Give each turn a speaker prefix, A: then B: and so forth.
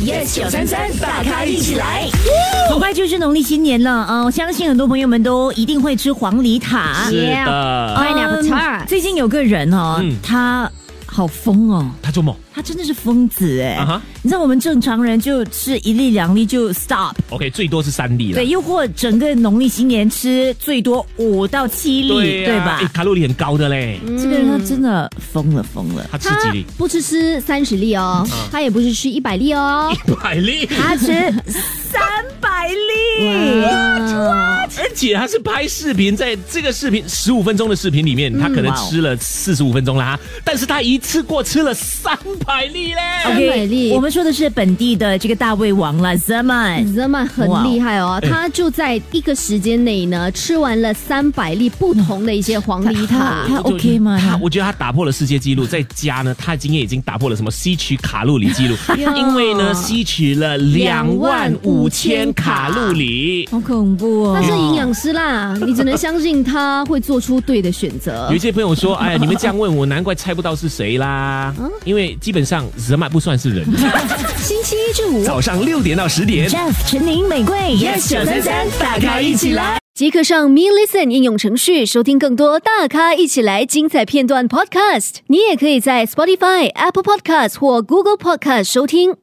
A: yes 九三三，大咖一起来。
B: 很快就是农历新年了啊、我相信很多朋友们都一定会吃黄梨塔。
C: 是
A: Yeah
C: 的，
A: Pineapple
B: 嗯
A: tart
B: 最近有个人哦，
C: 嗯
B: 他好疯哦，
C: 他做梦
B: 他真的是疯子哎。
C: 啊哈
B: 你知道我们正常人就吃一粒两粒就 stop，
C: ，OK，最多是三粒了
B: 对，。又或整个农历新年吃最多五到七粒，
C: 对啊
B: 吧？嗯
C: 诶卡路里很高的嘞，
B: 这个人他真的疯了疯了。
C: 他吃
A: 嗯他
C: 几粒？嗯
A: 不是吃三十粒哦，他也不是吃一百粒 哦，
C: 百粒，
A: 他吃
B: 三百粒，
A: 哇
C: 而且他是拍视频，在这个视频十五分钟的视频里面，他可能
B: 哇哦
C: 吃了四十五分钟啦，但是他一次过吃了三百粒嘞。
A: 三百粒
B: 我们说的是本地的这个大胃王了 Zaman。
A: ，Zaman 很厉害 哦，
C: 哎
A: 他就在一个时间内呢，吃完了三百粒不同的一些黄梨塔
C: 哦
B: 他。他 OK 吗？
C: 他我觉得他打破了世界纪录，在家呢，他今天已经打破了什么吸取卡路里 记录，因为呢吸取了两万五千卡路里。
B: 好恐怖哦！
A: 他是营养师啦，你只能相信他会做出对的选择
C: 有一。些朋友说：“哎 呀，你们这样问我，难怪猜不到是谁啦。因为基本上人脉不算是人。
A: 星期一至五，
C: 早上六点到十点
B: Jeff 陈宁玫瑰 Yes 九三三，大咖一起来。
A: 即刻上 Me Listen 应用程序收听更多大咖一起来精彩片段 Podcast。你也可以在 Spotify、Apple Podcast 或 Google Podcast 收听。